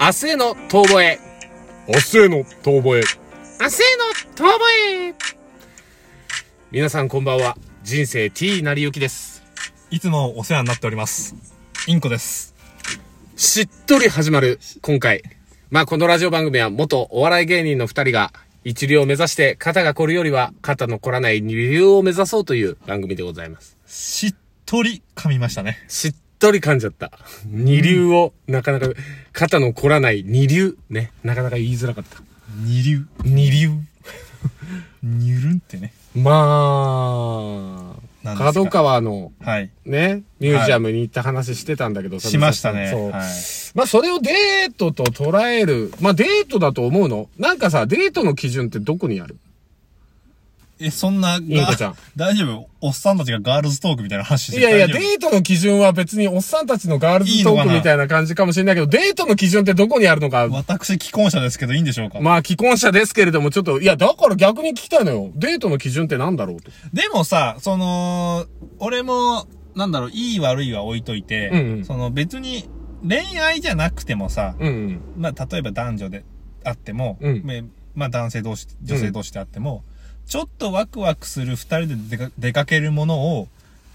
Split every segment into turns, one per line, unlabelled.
明日への遠吠え。
明日への遠吠
明日への
え。
遠吠え。皆さんこんばんは。人生 T なりゆきです。
いつもお世話になっております。インコです。
しっとり始まる、今回。まあこのラジオ番組は元お笑い芸人の二人が一流を目指して肩が凝るよりは肩の凝らない二流を目指そうという番組でございます。
しっとり噛みましたね。
しっとり噛んじゃった。二流をなかなか肩の凝らない二流ね。なかなか言いづらかった。
二流。二流。にゅるんってね。
ま
何
あ、
ですか
角川の
はい。
ね、ミュージアムに行った話してたんだけど、
しましたね。
そう。
はい。
まあ、それをデートと捉える。まあ、デートだと思うのなんかさ、デートの基準ってどこにある
え、そんな、
インコちゃん
が大丈夫おっさんたちがガールズトークみたいな話して
いやいや、デ
ー
ートの基準は別におっさんたちのガールズト
いいの
ー
か
ク
な
みたいな感じかもしれないけど、デートの基準ってどこにあるのか。
私、既婚者ですけどいいんでしょうか、
まあ、既婚者ですけれども、ちょっと、いや、だから逆に聞きたいのよ。デートの基準ってなんだろうと。
でもさ、その、俺も、なんだろう、いい悪いは置いといて、
うんうん
その別に、恋愛じゃなくてもさ、
うん
まあ、例えば男女であっても、
うん
めまあ、男性同士、女性同士であっても、ちょっとワクワクする二人で出か出かけるものを、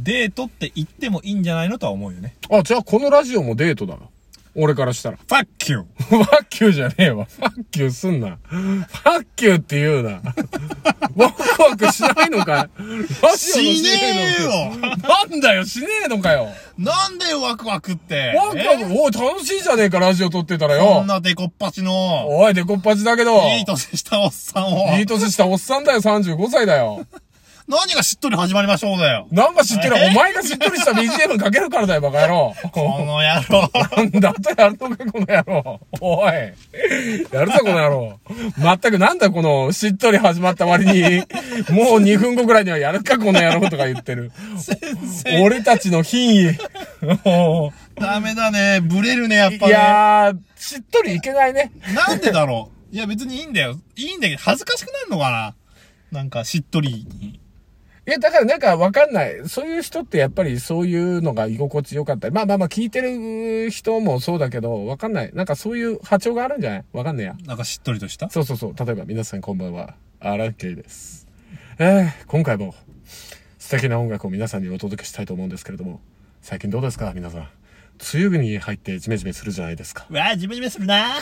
デートって言ってもいいんじゃないのとは思うよね。
うん。あ、じゃあこのラジオもデートだな。俺からしたら。
ファッキュー
ファッキューじゃねえわ。ファッキューすんな。ファッキューって言うな。ワクワクしないのかいラジオの
しねえよ
なんだよ、しねえのかよ。
なんでワクワクって
ワクワク、おい、楽しいじゃねえか、ラジオ撮ってたら
えこ
よ
ん。なデコっ端の、
おい、デコっぱちだけど。
いい年したおっさんを、
いい年したおっさんだよ、35歳だよ。
何がしっとり始まりましょうだよ。
なんか知ってる、
え
お前がしっとりした BGM かけるからだよ、バカ野郎。
この野 郎。
なんだとやるのか、この野郎。おい。やるぞ、この野郎。まったくなんだ、この、しっとり始まった割に、もう2分後ぐらいにはやるか、この野郎とか言ってる。俺たちの品位。おー
ダメだね。ブレるね、やっぱ
い
ね。
やー、しっとりいけないね。
なんでだろう。いや、別にいいんだよ。いいんだけど、恥ずかしくなるのかななんか、しっとりに。
いや、だからなんかわかんない。そういう人ってやっぱりそういうのが居心地よかったり。まあまあまあ聞いてる人もそうだけど、わかんない。なんかそういう波長があるんじゃないわかんねえや。
なんか、しっとりとした
そうそうそう。例えば、皆さんこんばんは。荒木です。えー、今回も素敵な音楽を皆さんにお届けしたいと思うんですけれども、最近どうですか皆さん。梅雨に入ってジメジメするじゃないですか。
わあ、ジメジメするな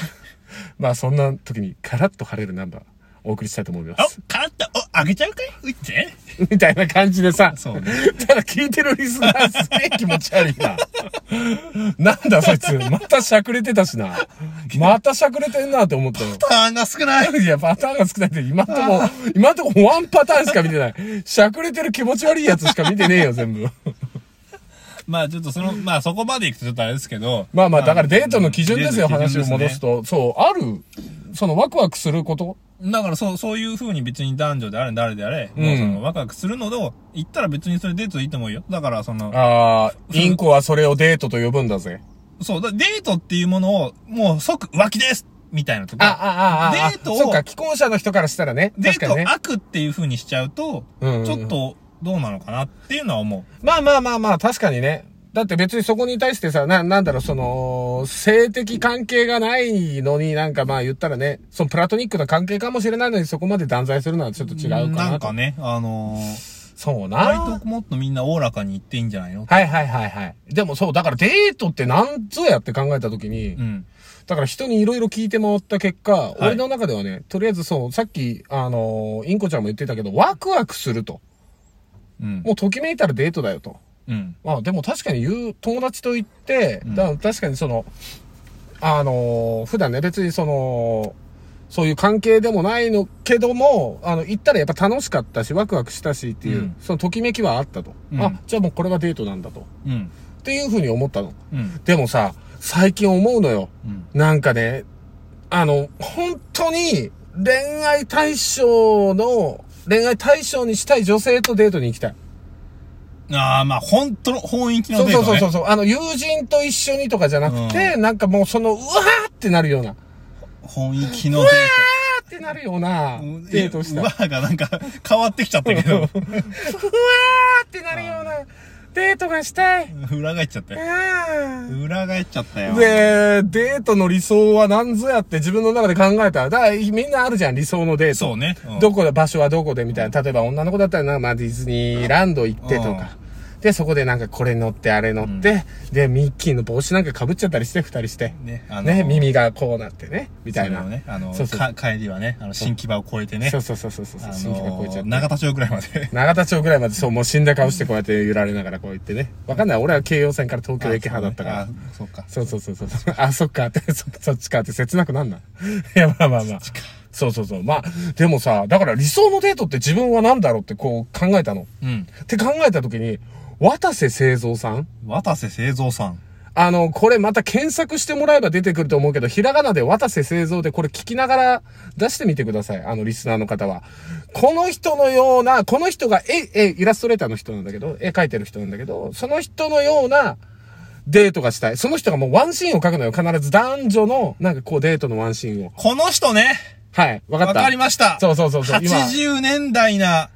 まあそんな時にカラッと晴れるナンバーお送りしたいと思いま
お
す。、
カラッと、お、あげちゃうかいうって。
みたいな感じでさ。
そうね
ただ聞いてるリスナーすげえ気持ち悪いな。なんだそいつ。またしゃくれてたしな。またしゃくれてんなって思ったよ。
ターンが少ない。
いや、パターンが少ないって、今んと こ、今んとこワンパターンしか見てない。しゃくれてる気持ち悪いやつしか見てねえよ、全部。
まあ、ちょっとその、まあ、そこまで行くとちょっとあれですけど。
まあまあ、だからデートの基準ですよ、
デートの基
話
準
を
ですね
戻すと。そう、ある、そのワクワクすること
だから、そう、そういう風に別に男女であれ誰であれ、
ん
もうその、ワクワクするのを、言ったら別にそれデートでいいと思うよ。だから、その、
ああ、インコはそれをデートと呼ぶんだぜ。
そう、だデートっていうものを、もう即浮気ですみたいなとこ。
あ、あ、あ、あ、あ
デートを
そうか、既婚者の人からしたらね。
デ
確
ー
か
ト
にね。
悪っていう風にしちゃうと、
うんうんうん
ちょっとどうなのかなっていうのは思
まあまあまあまあ、確かにね。だって別にそこに対してさ、な、なんだろう、その、性的関係がないのになんかまあ言ったらね、そのプラトニックな関係かもしれないのにそこまで断罪するのはちょっと
う。
違うかな。
なんかね、あのー、
そう
割
な。
ともっとみんなおおらかに言っていいんじゃないの
はいはいはいはい。でもそう、だからデートってなんぞやって考えたときに、
うん。
だから人にいろいろ聞いて回った結果、
い
俺の中ではね、とりあえずそう、さっき、あのーインコちゃんも言ってたけど、ワクワクすると。
うん。
もうときめいたらデートだよと。
うん。
まあでも確かに言う、友達と言って、
うん
だから確かにその、あのー普段ね、別にその、そういう関係でもないのけども、あの、行ったらやっぱ楽しかったし、ワクワクしたしっていう、
うん
そのときめきはあったと、
うん
あ、じゃあもうこれはデートなんだと。っ
うん。
ていうふうに思ったの。
うん。
でもさ、最近思うのよ。
うん。
なんかね、あの、本当に恋愛対象の、恋愛対象にしたい女性とデートに行きたい。
ああ、まあ、本当の、本域の
そう
デー
そ
ト、
う
ね。
そうそうそう。あの、友人と一緒にとかじゃなくて、なんかもうその、うわーってなるような、あ
本域のデー
ーってなるような
ト。うん
デートをした
う
い。う
わ
わ
ーがなんか変わってきちゃったけど。
ーってなるようなデートがしたい。
裏返っちゃったよ。
あ
裏返っちゃったよ。
あ。で、デートの理想は何ぞやって自分の中で考えたら、だからみんなあるじゃん、理想のデート。
そうね。うん
どこだ、場所はどこでみたいな。例えば女の子だったらな、まあディズニーランド行ってとか。で、そこでなんかこれ乗って、あれ乗って、で、ミッキーの帽子なんか被っちゃったりして、二人して。
ね、あの
ね、耳がこうなってね、みたい
そ
な。
れをね、あの、
そうそう
か帰りはね、あの、新木場を越えてね。
そうそうそうそうそう、
あの
新規が超えちゃって。
長田町ぐらいまで。
長田町ぐらいまでそう、もう死んだ顔してこうやって揺られながらこう言ってね。わかんない。俺は京葉線から東京駅派だったから。
あ。そうねあそうか。
そうそうそうそう。あ、そっかって、そそっちかって切なくなんない。 いや、まあまあまあ。そうそうそう。まあ、でもさ、だから理想のデートって自分は何だろうってこう考えたの。
うん。
って考えた時に、渡瀬製造さん
渡瀬製造さん。
あの、これまた検索してもらえば出てくると思うけど、ひらがなで渡瀬製造でこれ聞きながら出してみてください。あの、リスナーの方は。この人のような、この人が絵、絵、イラストレーターの人なんだけど、絵描いてる人なんだけど、その人のようなデートがしたい。その人がもうワンシーンを描くのよ。必ず男女の、なんかこうデートのワンシーンを。
この人ね。
はい。わか
わ
った
かりました。
そうそうそうそう今
80年代な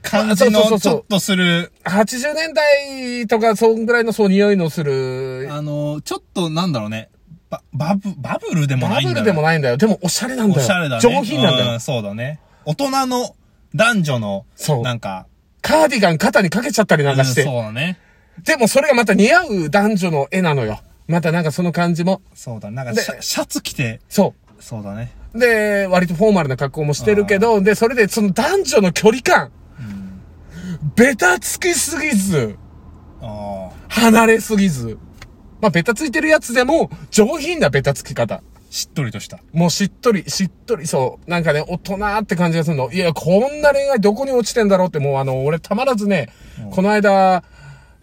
感じ
あそうそ
の
う
ち
そうそう
ょっとする、
80年代とか、そんぐらいのそう匂いのする、
あの、ちょっとなんだろうね。バ、バブ、バブルでも
バ
ないん
ブ
だ
ルで
よ
もないんだよ。でもおしゃれなんだ
お
よ。
しゃれだね。
上品なんだよ
う。そうだね。大人の男女の、
そう
なんか、
カーディガン肩にかけちゃったりなんかして。
うんそうだね。
でもそれがまた似合う男女の絵なのよ。またなんかその感じも。
そうだね。なんか
で
シャ、シャツ着て、
そ
そうだね。
う。で、割とフォーマルな格好もしてるけど、で、それでその男女の距離感。ベタつきすぎず、
ああ。
離れすぎず。まあ、ベタついてるやつでも、上品なベタつき方。
しっとりとした。
もうしっとり、しっとり、そう。なんかね、大人って感じがするの。いや、こんな恋愛どこに落ちてんだろうって、もうあの、俺たまらずね、この間、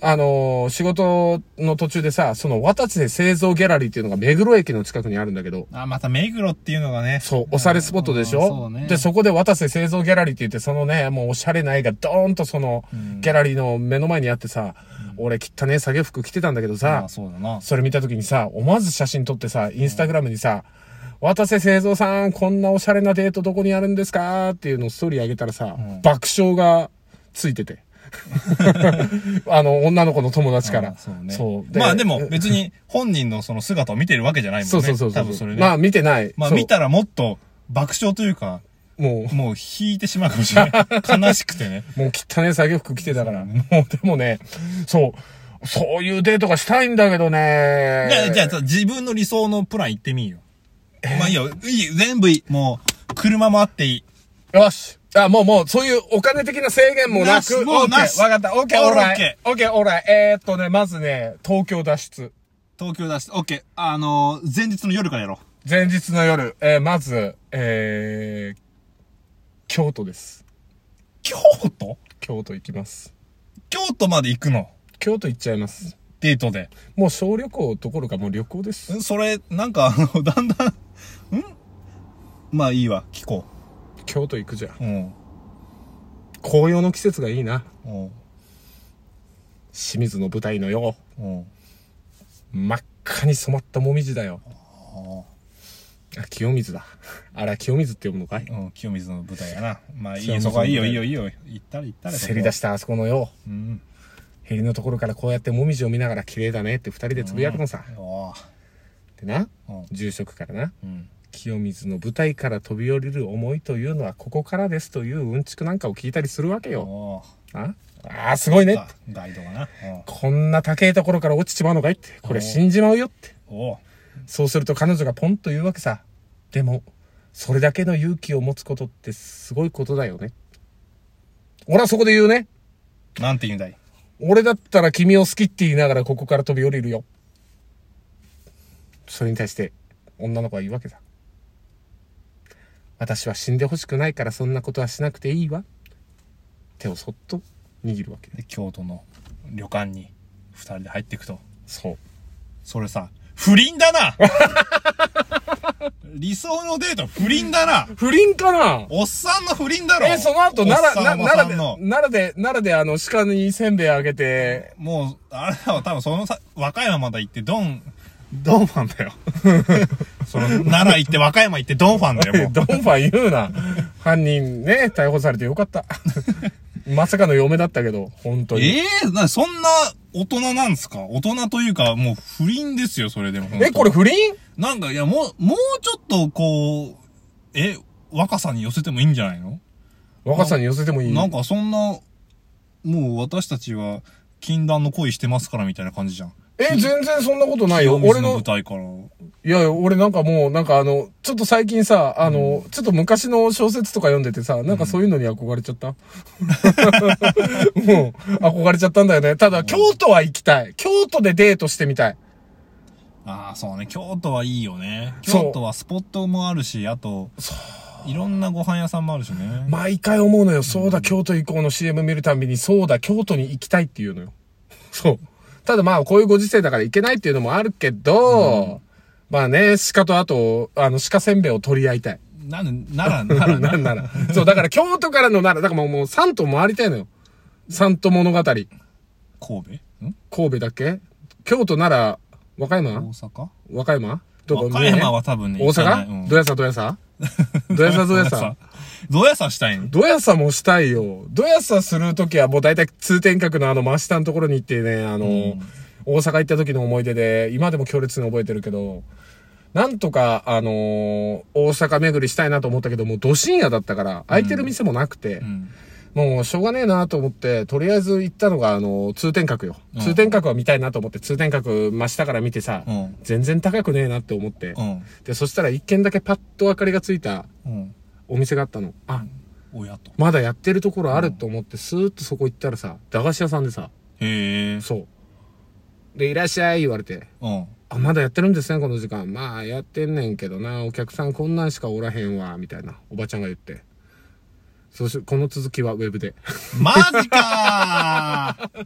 あのー仕事の途中でさ、その、渡瀬製造ギャラリーっていうのが目黒駅の近くにあるんだけど、
あ、また目黒っていうのがね。
そう、おしゃれスポットでし
うん
ょ
そうね。
で、そこで渡瀬製造ギャラリーって言って、そのね、もうおしゃれな絵がドーンとその、ギャラリーの目の前にあってさ、俺汚ねえ作業服着てたんだけどさ
あ、そうだな。
それ見た時にさ、思わず写真撮ってさ、インスタグラムにさ、渡瀬製造さん、こんなおしゃれなデートどこにあるんですかっていうのをストーリー上げたらさ、爆笑がついてて。 あの、女の子の友達から。
あそうね。
そう
まあでも別に本人のその姿を見てるわけじゃないもんね。
そうそうそうそ
多
う。
分それね。
ま
ま
あ
あ、
見てない。そう
見たらもっと爆笑というか、
も
もう引いてしまうかもしれない。 悲しくてね。
う、もう汚ね作業服着てたから。もう、でもね、そう、そういうデートがしたいんだけどね。
じゃあ、じゃあさ、自分の理想のプラン言ってみいよ。まあいいよ。いい、全部いい。もう、車もあっていい。
よし。あ、もうもう、そういうお金的な制限もな
なし
く。
もうなし
オッケーわかった。オッケー、オ
オー
ー
ル
ライ。オッケー、オーライ。えーっとね、まずね、東京脱出。
東京出して、OK。あのー、前日の夜からやろう。
前日の夜、えー、まず、えー、京都です。
京都
京都行きます。
京都まで行くの。
京都行っちゃいます。
デートで。
もう小旅行どころかもう旅行です。
んそれ、なんか、あの、だんだん、んまあいいわ、聞こ
京都行くじゃん。
う。うん。
紅葉の季節がいいな。
うん。
清水の舞台のよう。
うん。
真っ赤に染まったもみじだよ。
あ
あ、清水だ。あれ、清水って読むのかい
あうん、清水の舞台やな。まあいい
清
よ、
水
そ
の
こはいいよ、いい
舞台
よ、いいよ。行ったら行ったら。
せり出
し。
したあそこのよう。
うん。
ヘリのところからこうやってもみじを見ながら綺麗だねって二人でつぶやくのさ。
おー
でな、
うん
住職からな、
うん。
清水の舞台から飛び降りる思いというのはここからですといううんちくなんかを聞いたりするわけよ。
お
ああー、すごいね
ー
って
あ。ガイドがな。
こんな高いところから落ちちまうのかいって。これ死んじまうよって。
うんおー
そうすると彼女がポンと言うわけさ。でも、それだけの勇気を持つことってすごいことだよね。俺はそこで言うね。
なんて言うんだい。
俺だったら君を好きって言いながらここから飛び降りるよ。それに対して女の子は言うわけだ。私は死んでほしくないからそんなことはしなくていいわ。手をそっと握るわけ。
で京都の旅館に二人で入っていくと
そう。
それさ不倫 だな理想のデート不倫だな
不倫かな
おっさんの不倫だろ
え、その後、
おっ
奈
さ
良、
ん
な
おばさん
奈良
の
で、奈良で、奈良であの、鹿にせんべいあげて、
もうあれだわ多分そのさ和歌山まで行ってドンドンファンだよ その奈良行って和歌山 行ってドンファンだよもう
ドンファン言うな。犯人ね、逮捕されてよかった。まさかの嫁だったけど、本当に。
ええな、そんな大人なんですか大人というか、もう不倫ですよ、それでも。
え、これ不倫
なんか、いや、もう、もうちょっと、こう、え、若さに寄せてもいいんじゃないの
若さに寄せてもいい
なんか、そんな、もう私たちは、禁断の恋してますから、みたいな感じじゃん。
え、全然そんなことないよ。
清水
俺
の
の
舞、台から。
いや、俺なんかもう、なんかあの、ちょっと最近さ、あの、ちょっと昔の小説とか読んでてさ、なんかそういうのに憧れちゃった。もう、憧れちゃったんだよね。ただ、京都は行きたい。京都でデートしてみたい。
ああ、そうね。京都はいいよね。
そう
京都はスポットもあるし、あと、いろんなご飯屋さんもあるしね。
毎回思うのよ。そうだ、京都行こうの CM 見るたびに、そうだ、京都に行きたいっていうのよ。そう。ただまあ、こういうご時世だから行けないっていうのもあるけど、まあね、鹿とあと、あの、鹿せんべいを取り合いたい。
なんで、なら、なら、
な
なら
ん。なら。そう、だから京都からのなら、だからもう、もう、三都回りたいのよ。三都物語。神
神戸ん
戸だっけ京都なら、和歌
大
山
阪
和歌山どこ
和歌山は多分ね、
三重ね
行かな
大
い
阪どやさどや さどやさどやさ。
どやさしたいの
どやさもしたいよ。どやさするときはもう大体通天閣のあの真下のところに行ってね、あの、大阪行った時の思い出で、今でも強烈に覚えてるけど、なんとか、あのー大阪巡りしたいなと思ったけど、もうど深夜だったから、空いてる店もなくて、
うん。
もうしょうがねえなと思って、とりあえず行ったのが、あの、通天閣よ。
うん
通天閣は見たいなと思って、通天閣真下から見てさ、
うん
全然高くねえなって思って、
うん。
で、そしたら一軒だけパッと明かりがついた
うん。
お店があったの。あ、
親と。
まだやってるところあると思って、スーッとそこ行ったらさ、駄菓子屋さんでさ、
へえ。
そう。で、いらっしゃい言われて、
うん。
あ、まだやってるんですね、この時間。まあ、やってんねんけどな、お客さんこんなんしかおらへんわ、みたいな、おばちゃんが言って。そして、この続きはウェブで。
マジかー